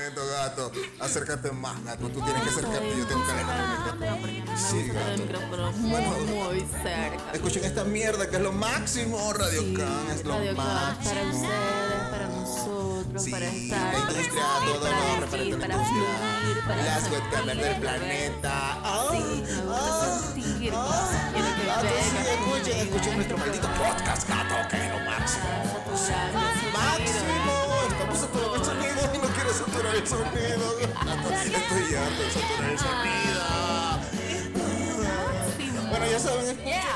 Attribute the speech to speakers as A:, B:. A: gato, acércate más, gato. Tú tienes que acercarte, yo tengo que alejarme.
B: Pero porque no me
A: Sí,
B: gusta
A: gato.
B: el micrófono muy,
A: Bueno.
B: muy cerca.
A: Escuchen esta mierda que es lo máximo, Radio Can es lo
B: Radio Cam es
A: máximo.
B: para ustedes, para nosotros,
A: Sí,
B: para estar,
A: la industria, todo lo
B: para
A: referente
B: decir,
A: a la
B: para
A: industria.
B: fluir, para
A: Las
B: sentir,
A: webcams del
B: para
A: planeta. Ah,
B: ver. Sí, me gusta
A: ah,
B: sentir cosas,
A: ah.
B: quiero que
A: Gato, sí,
B: vengas
A: escuchen,
B: conmigo,
A: escuchen nuestro maldito podcast, gato, que es lo máximo. ¡Máximo! pues Estamos saturando el sonido y no quiero saturar el sonido. Estoy harto de saturar el sonido. Bueno, ya saben, escuchen